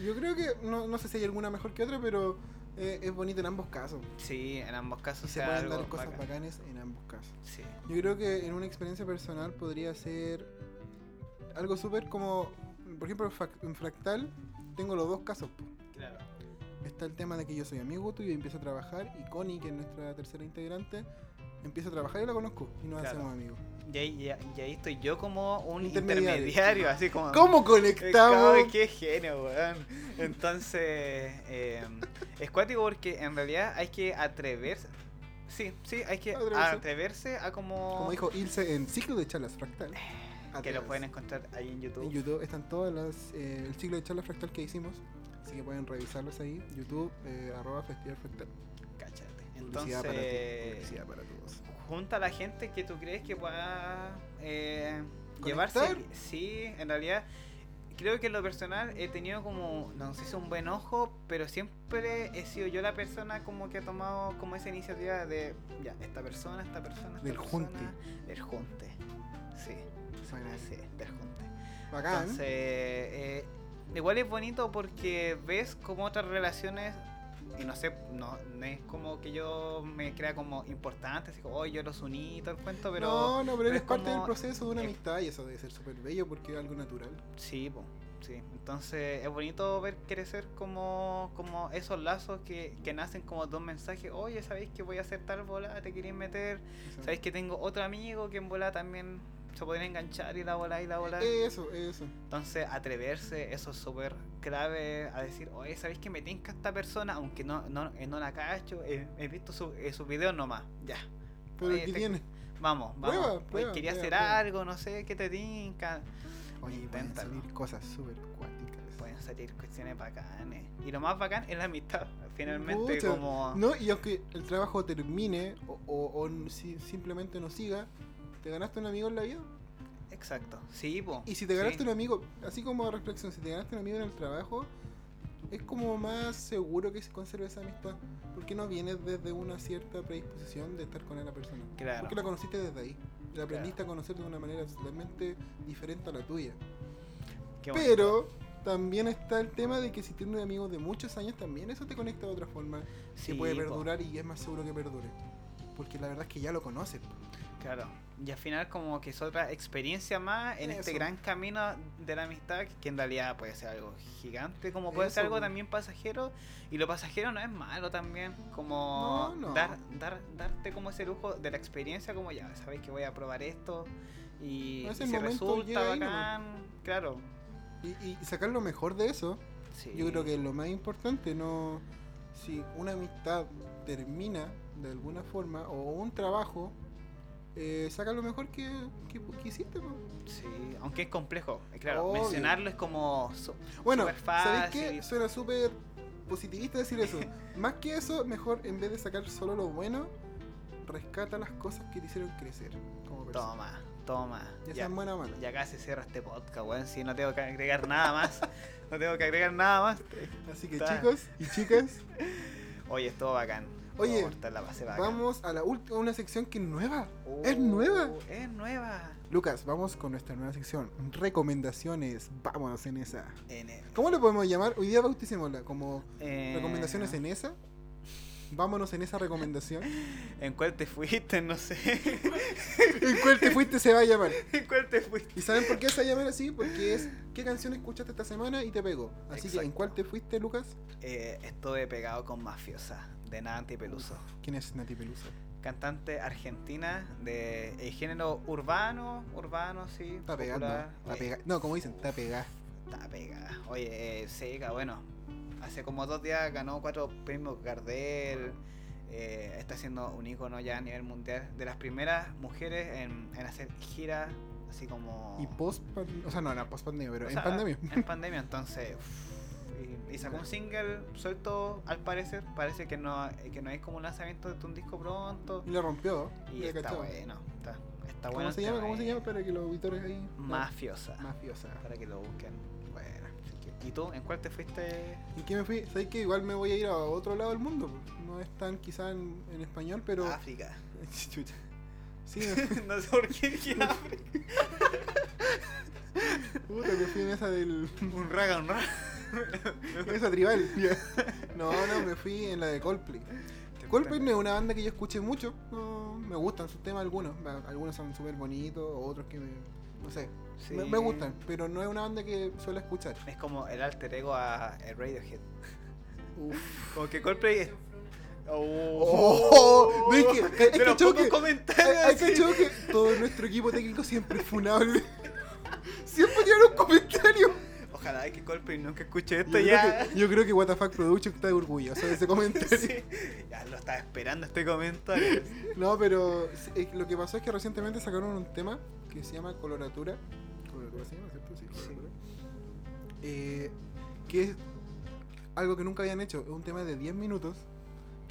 B: Yo creo que, no, no sé si hay alguna mejor que otra, pero eh, es bonito en ambos casos.
A: sí, en ambos
B: Y
A: casos
B: se
A: sea
B: pueden
A: algo
B: dar cosas
A: bacán.
B: bacanes en ambos casos.
A: Sí.
B: Yo creo que en una experiencia personal podría ser algo súper como, por ejemplo, fac- en Fractal tengo los dos casos. po.
A: Claro.
B: está el tema de que yo soy amigo tuyo y empiezo a trabajar y Connie, que es nuestra tercera integrante, empieza a trabajar y la conozco y nos
A: Claro.
B: hacemos amigos.
A: Y ahí, y ahí- y ahí estoy yo como un
B: Intermediario.
A: intermediario, así como...
B: ¿Cómo
A: Eh,
B: conectamos?
A: cabrón, ¡Qué genio, weón! Entonces, eh, es cuático porque en realidad hay que atreverse... Sí, sí, hay que
B: Atreverse.
A: atreverse, a como...
B: Como dijo Ilse en Ciclo de Charlas Fractal.
A: Ah, que lo
B: Atreves.
A: pueden encontrar ahí en YouTube.
B: En YouTube están todas las. eh, el ciclo de charlas fractal que hicimos. Así que pueden revisarlos ahí. YouTube, eh, arroba festival fractal.
A: Cáchate.
B: Publicidad para ti,
A: Entonces,
B: publicidad para todos.
A: junta a la gente que tú crees que pueda eh,
B: ¿Conectar?
A: llevarse. Sí, en realidad creo que en lo personal he tenido como, no sé si un buen ojo, pero siempre he sido yo la persona como que ha tomado como esa iniciativa de, ya, esta persona, esta persona, esta
B: Del
A: persona.
B: junte.
A: Del junte. Sí,
B: Suena
A: sí, del junte.
B: Bacán.
A: Entonces, eh, igual es bonito porque ves como otras relaciones, y no sé, no, no es como que yo me crea como importante, así como, oh, yo los uní y todo el cuento, pero
B: no, no, pero
A: pero
B: eres
A: es
B: parte
A: como-
B: del proceso de una
A: eh.
B: amistad y eso debe ser súper bello porque es algo natural.
A: sí, po, sí. Entonces, es bonito ver crecer como, como esos lazos que, que nacen como dos mensajes, oye, ¿sabéis que voy a hacer tal bola? ¿Te queréis meter?
B: Eso.
A: ¿Sabéis que tengo otro amigo que en bola también se podría enganchar y la bola y la bola?
B: Eso, eso.
A: Entonces, atreverse, eso es súper clave, a decir, oye, ¿sabéis que me tinca esta persona? Aunque no, no, eh, no la cacho, eh, he visto sus su videos nomás, ya.
B: Pero
A: Oye,
B: aquí
A: te-
B: viene.
A: Vamos, vamos.
B: Prueba,
A: Oye,
B: prueba,
A: quería
B: prueba,
A: hacer
B: prueba.
A: algo, no sé, ¿qué te tinca?
B: Oye, pueden
A: Inténtalo.
B: salir cosas súper cuáticas.
A: Pueden salir cuestiones bacanes. Y lo más bacán es la amistad, finalmente,
B: Pucha,
A: como...
B: No, y aunque el trabajo termine o, o- o n- si- simplemente no siga, te ganaste un amigo en la vida.
A: Exacto, sí, po.
B: Y si te ganaste
A: sí.
B: un amigo, así como reflexión, si te ganaste un amigo en el trabajo, es como más seguro que se conserve esa amistad. Porque no vienes desde una cierta predisposición de estar con la persona.
A: Claro.
B: Porque la conociste desde ahí. La aprendiste a conocer de una manera totalmente diferente a la tuya.
A: qué bueno.
B: Pero también está el tema de que si tienes amigos de muchos años, también eso te conecta de otra forma. que
A: Sí,
B: puede
A: po.
B: perdurar y es más seguro que perdure. Porque la verdad es que ya lo conoces. po.
A: Claro. Y al final como que es otra experiencia más en este
B: Eso.
A: gran camino de la amistad, que en realidad puede ser algo gigante, como puede ser
B: Eso,
A: algo
B: pues.
A: también pasajero, y lo pasajero no es malo también, como
B: No, no.
A: Dar, dar, darte como ese lujo de la experiencia, como ya sabéis que voy a probar esto, y,
B: No, ese
A: y si
B: momento
A: resulta
B: llega ahí nomás.
A: bacán, claro.
B: Y, y- y sacar lo mejor de eso,
A: Sí.
B: yo creo que es lo más importante. No, si una amistad termina de alguna forma o un trabajo, eh, saca lo mejor que, que, que hiciste. po.
A: Sí, aunque es complejo, eh, claro,
B: Obvio.
A: mencionarlo es como... so-
B: Bueno,
A: Súper
B: ¿sabéis
A: fácil.
B: qué? Suena súper positivista decir eso. más que eso, mejor en vez de sacar solo lo bueno, rescata las cosas que te hicieron crecer como persona.
A: Toma, toma.
B: Ya,
A: ya.
B: sean buena o mala.
A: Y acá se cierra este podcast, weón. Si no tengo que agregar nada más. No tengo que agregar nada más.
B: Así que
A: Está.
B: chicos y chicas.
A: Oye, estuvo bacán.
B: Oye,
A: Corta la base vaca.
B: Vamos a la última, una sección que es nueva.
A: Oh,
B: es nueva.
A: Es nueva.
B: Lucas, vamos con nuestra nueva sección. Recomendaciones. Vámonos en esa.
A: En el-
B: ¿Cómo le podemos llamar? Hoy día bauticémosla como
A: eh,
B: recomendaciones en esa. Vámonos en esa recomendación.
A: ¿En cuál te fuiste? No sé.
B: ¿En cuál te fuiste se va a llamar?
A: ¿En cuál te fuiste?
B: ¿Y saben por qué se va a llamar así? Porque es qué canción escuchaste esta semana y te pegó. Así que ¿en
A: Exacto.
B: cuál te fuiste, Lucas?
A: Eh, estuve pegado con Mafiosa, de Nanti Peluso.
B: ¿Quién es Nati Peluso?
A: Cantante argentina de el género urbano, urbano, sí.
B: Está pegando.
A: popular. eh.
B: Está
A: Oye,
B: pega... No, como dicen, está pegada.
A: Está pegada. Oye, eh, Seca, bueno. Hace como dos días ganó cuatro premios Gardel. eh, está siendo un ícono ya a nivel mundial. De las primeras mujeres en, en hacer giras así como...
B: Y post pandemia. O sea, no, no, post pandemia, pero
A: Oh. O
B: en
A: sea,
B: pandemia.
A: En pandemia, entonces... uf, y, y sacó un single suelto al parecer. Parece que no, que no hay como un lanzamiento de un disco pronto.
B: Y lo rompió.
A: Y
B: le
A: está
B: cachaba.
A: bueno. Está, está
B: ¿Cómo
A: bueno. el
B: se llama?
A: tema,
B: ¿Cómo se
A: eh,
B: llama? Para que los auditores ahí.
A: Mafiosa.
B: Mafiosa.
A: Para que lo busquen. Bueno. así que- ¿Y tú? ¿En cuál te fuiste?
B: ¿En qué me fui? ¿Sabes que igual me voy a ir a otro lado del mundo? po. No es tan quizá en, en español, pero.
A: África.
B: Chucha. Sí, me,
A: no sé por qué dije África.
B: puta, me fui en esa del.
A: Un raga, un raga.
B: en esa tribal. Ya. No, no, me fui en la de Coldplay. Coldplay no es una banda que yo escuché mucho. No, me gustan sus temas algunos. Va, Algunos son súper bonitos, otros que me. No sé.
A: Sí.
B: Me, me gustan, pero no es una banda que suelo escuchar.
A: Es como el alter ego a el Radiohead.
B: Uf.
A: Como que Coldplay es...
B: Oh, no, es que- es que
A: De los
B: choque.
A: pocos
B: Hay-
A: comentarios
B: Hay
A: así.
B: cachado que todo nuestro equipo técnico siempre es funable. Siempre tiene un comentario.
A: Ojalá que Coldplay nunca escuche
B: Yo
A: esto
B: creo,
A: ya.
B: que, yo creo que WTF Production está orgulloso de ese comentario.
A: Sí. Ya lo estaba esperando este comentario.
B: No, pero eh, lo que pasó es que recientemente sacaron un tema que se llama Coloratura. Coloratura se llama, ¿cierto? Sí, Coloratura. Eh, que es algo que nunca habían hecho. Es un tema de 10 minutos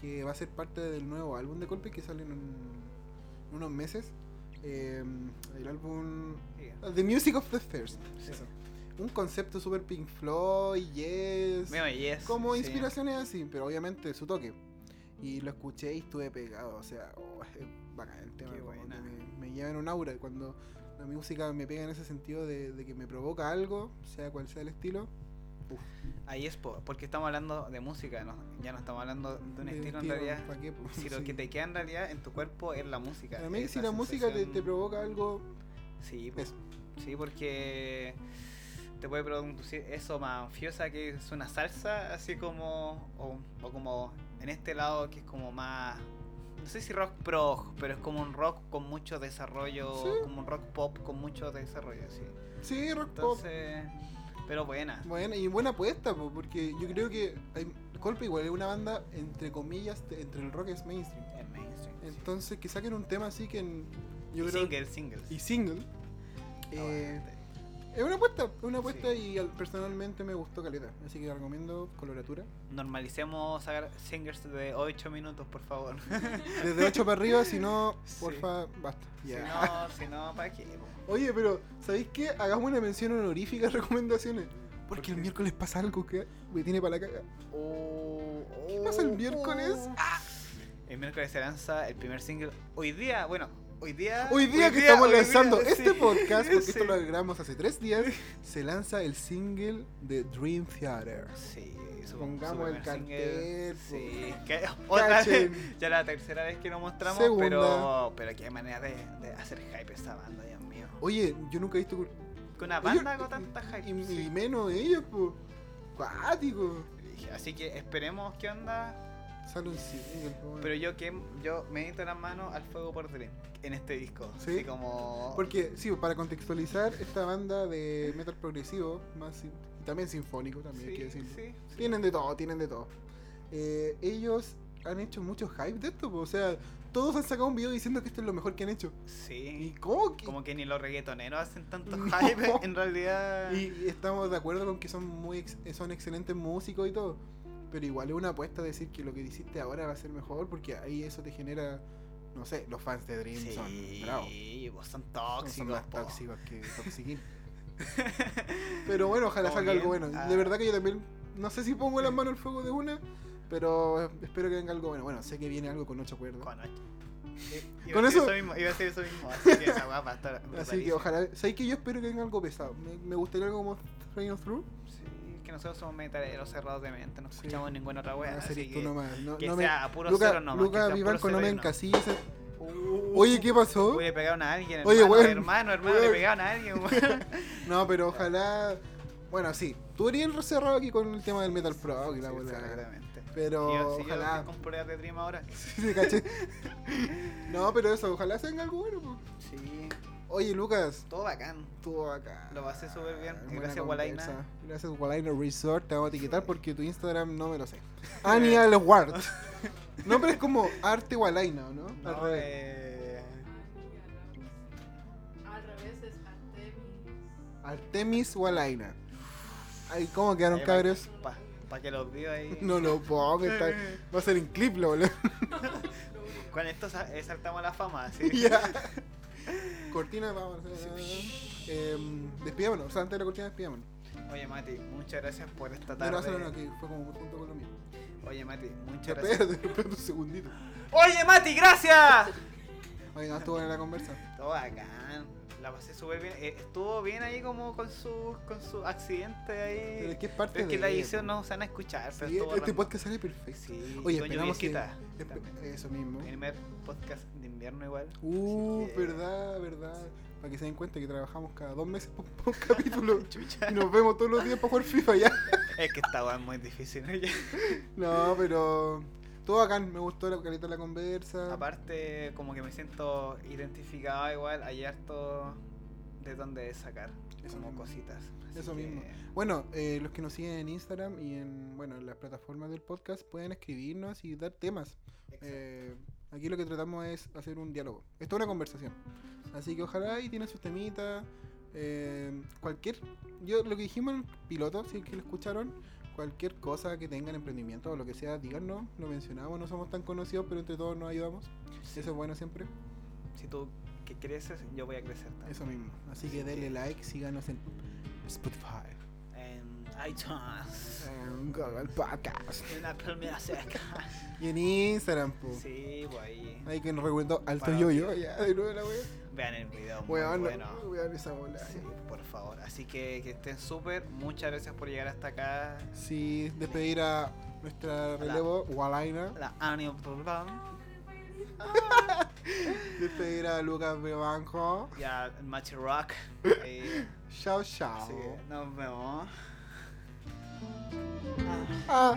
B: que va a ser parte del nuevo álbum de Coldplay que sale en un- unos meses. Eh, el álbum Uh, The Music of the First.
A: Sí.
B: Eso. Un concepto súper Pink Floyd, Yes.
A: Mira, yes,
B: Como
A: sí.
B: inspiraciones así, pero obviamente su toque. Y lo escuché y estuve pegado, o sea, oh, es bacán el tema.
A: Qué
B: como que
A: buena.
B: Me, me lleva en un aura. y Cuando la música me pega en ese sentido de, de que me provoca algo, sea cual sea el estilo.
A: Ahí es po- porque estamos hablando de música, no- ya no estamos hablando de un estilo en realidad.
B: ¿pa' qué, po?
A: Si lo
B: Sí.
A: que te queda en realidad en tu cuerpo es la música.
B: Para mí,
A: es
B: si la música te, te
A: sensación-
B: provoca algo,
A: Sí, po.
B: eso.
A: sí, porque te puede producir eso manfiosa que es una salsa, así como. O, o como en este lado que es como más. No sé si rock prog, pero es como un rock con mucho desarrollo,
B: Sí.
A: como un rock pop con mucho desarrollo, sí.
B: Sí, rock pop.
A: Entonces. Pero buena.
B: Bueno, y buena apuesta, po, porque yo creo que hay, Coldplay igual es una banda, entre comillas, te- entre el rock es mainstream.
A: Es mainstream. sí.
B: Entonces, que saquen un tema así que en- yo
A: Y
B: creo
A: single, single.
B: y single. eh,
A: Aguante.
B: es una apuesta, es una apuesta
A: Sí.
B: y al- personalmente me gustó Caleta, así que recomiendo coloratura.
A: Normalicemos sacar singles de 8 minutos, por favor.
B: Desde 8 para arriba, si no,
A: Sí.
B: porfa, basta. Ya.
A: Si no, si no, ¿para qué? po?
B: Oye, pero ¿sabéis qué? Hagamos una mención honorífica de recomendaciones. Porque
A: qué?
B: el miércoles pasa algo que me tiene para la caga.
A: Oh, Ah.
B: ¿Qué pasa el miércoles?
A: El miércoles se lanza el primer single. Hoy día, bueno, hoy día.
B: Hoy día que estamos
A: hoy día,
B: lanzando
A: sí.
B: este podcast, porque
A: Sí.
B: esto lo grabamos hace 3 días, se lanza el single de Dream Theater.
A: Sí, su-
B: Pongamos
A: su
B: el
A: primer
B: cartel,
A: single.
B: po.
A: Sí, que otra vez.
B: Cachen.
A: Ya la tercera vez que lo mostramos,
B: Segunda.
A: pero pero qué manera de, de hacer hype esta banda, Dios mío.
B: Oye, yo nunca he visto
A: Que una
B: Ellos-
A: banda con tanta hype.
B: Y, y
A: Ah, sí.
B: menos ellos, po. Cuático.
A: Así que esperemos qué onda.
B: Sale un single, po, weón.
A: Pero yo que yo medito las manos al fuego por Dream en este disco.
B: ¿Sí?
A: Así como
B: Porque, sí, para contextualizar, esta banda de metal progresivo, más sin- y también sinfónico, también hay que
A: sí,
B: decirlo.
A: sí, sí.
B: Tienen de todo, tienen de todo. Eh, ellos han hecho mucho hype de esto, po. o sea, todos han sacado un video diciendo que esto es lo mejor que han hecho. ¿Y
A: Sí.
B: cómo que-
A: Como que ni los reggaetoneros hacen tanto
B: No.
A: hype en realidad.
B: Y estamos de acuerdo con que son muy ex- son excelentes músicos y todo. Pero igual es una apuesta decir que lo que hiciste ahora va a ser mejor porque ahí eso te genera, no sé, los fans de Dream
A: sí,
B: son bravos.
A: pues son
B: Son-
A: tóxicos.
B: Son más
A: po.
B: tóxicos que toxiquín. Pero bueno, ojalá
A: Como
B: salga algo
A: bien,
B: bueno.
A: ah.
B: De verdad que yo también, no sé si pongo las manos al fuego de una, Pero espero que venga algo bueno. Bueno, sé que viene algo con ocho cuerdas.
A: Con ocho. I-
B: Con
A: iba a decir
B: eso-
A: mismo, iba a decir eso mismo, así que esa weá va a estar
B: Así que
A: brutalísima.
B: ojalá. Sabéis que yo espero que venga algo pesado. Me, me gustaría algo como Train of Through.
A: Sí, es que nosotros somos metaleros cerrados de mente, no
B: Sí.
A: escuchamos ninguna otra
B: Van
A: weá.
B: a ser
A: así
B: esto
A: que,
B: nomás. No,
A: que
B: no me...
A: sea a puro
B: Luca,
A: cero nomás. que sea
B: Luca
A: puro
B: Vivanco
A: cero
B: no me
A: y uno.
B: encasilles.
A: Uh,
B: Oye, ¿qué pasó?
A: Uy, le pegaron a alguien, hermano,
B: ¿Ah? Oye, weón.
A: hermano, hermano, le
B: Weón.
A: pegaron a alguien, weón.
B: No, pero ojalá. Bueno, sí. Tú eres el cerrado aquí con el tema del Metal Pro y la
A: Sí,
B: bola.
A: Exactamente.
B: Pero
A: Si yo- si yo
B: ojalá.
A: estoy con pruebas de Dream ahora.
B: Sí, sí, caché. no, pero eso, ojalá se venga algo bueno. po.
A: Sí,
B: Oye, Lucas,
A: todo bacán.
B: estuvo acá.
A: Lo pasé súper bien.
B: Buena
A: Gracias,
B: conversa.
A: Walaina.
B: Gracias, Walaina Resort. Te vamos a etiquetar
A: Sí.
B: porque tu Instagram no me lo sé. Anial Ward. Nombre es como Arte Walaina, ¿o ¿no?
A: No,
B: Al revés.
A: eh,
C: Al revés es Artemis.
B: Artemis Walaina. Ay, ¿cómo quedaron
A: Ahí va.
B: cabros?
A: eh, pa, pa que los vio ahí.
B: No lo puedo, me está- va a ser en clip, lo boludo.
C: Lo único.
A: Con esto sa- eh, saltamos a la fama, así.
B: Ya. Cortina, vamos. Eh, despidámonos, o sea, antes de la cortina, despidámonos.
A: Oye, Mati, muchas gracias por esta
B: No, no, no, no,
A: tarde.
B: que fue como muy junto con lo mío.
A: Oye, Mati, muchas gracias.
B: Espérate, espérate un segundito.
A: Oye, Mati, gracias.
B: Oye, no estuvo en la conversa.
A: Todo bacán. La pasé súper bien. Eh, estuvo bien ahí como con su, con su accidente
B: Pero
A: ahí.
B: es que es parte
A: Pero es que
B: de-
A: la edición no se van a escuchar. pero
B: Sí,
A: estuvo
B: este
A: random.
B: podcast sale perfecto.
A: Sí,
B: Oye,
A: con
B: esperamos que. este
A: Yubiquita
B: espe-
A: también.
B: Eso mismo.
A: Primer podcast de invierno igual.
B: Uh,
A: Así que-
B: verdad, verdad. Para que se den cuenta que trabajamos cada dos meses por, por capítulo.
A: Chucha.
B: Y nos vemos todos los días para jugar FIFA ya.
A: Es que esta weá es muy difícil. oye.
B: No, pero. Todo bacán, me gustó la caleta de la conversa.
A: Aparte, como que me siento identificado igual. Hay harto de dónde sacar.
B: Eso
A: como
B: mismo.
A: cositas. Así
B: Eso
A: que-
B: mismo. Bueno, eh, los que nos siguen en Instagram y en bueno, en las plataformas del podcast pueden escribirnos y dar temas. Eh, aquí lo que tratamos es hacer un diálogo. Esto es toda una conversación. Así que ojalá y tienen sus temitas. eh, cualquier. Yo lo que dijimos en el piloto, si es que lo escucharon, cualquier cosa que tengan emprendimiento o lo que sea, díganos, lo mencionamos, no somos tan conocidos, pero entre todos nos ayudamos.
A: Sí.
B: Eso es bueno siempre.
A: Si tú que creces, yo voy a crecer también.
B: Eso mismo. Así que denle like, síganos en Spotify.
A: En iTunes.
B: En Google Podcast.
A: En Apple Music.
B: Y en Instagram, po.
A: Sí, pues güey.
B: Ay, que nos recomendó Alto
A: Para
B: Yoyo. Ya, de nuevo la wea.
A: Vean el video. Muy
B: Eh. Weón,
A: bueno.
B: no, weón, esa bola.
A: Sí, por favor. Así que que estén súper. Muchas gracias por llegar hasta acá.
B: Sí, despedir a nuestra relevo, Walaina.
A: La Annie Bourbon
B: Despedir a Lucas Bebanco.
A: y a Machi Rock. Eh,
B: Chao, chao.
A: así que nos vemos.
B: Ah.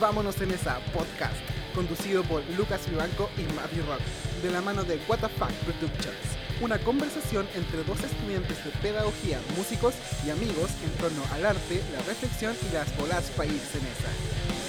B: Vámonos en esa podcast, conducido por Lucas Vivanco y Matthew Rock, de la mano de What the Fuck Productions. Una conversación entre dos estudiantes de pedagogía, músicos y amigos en torno al arte, la reflexión y las bolas país en esa.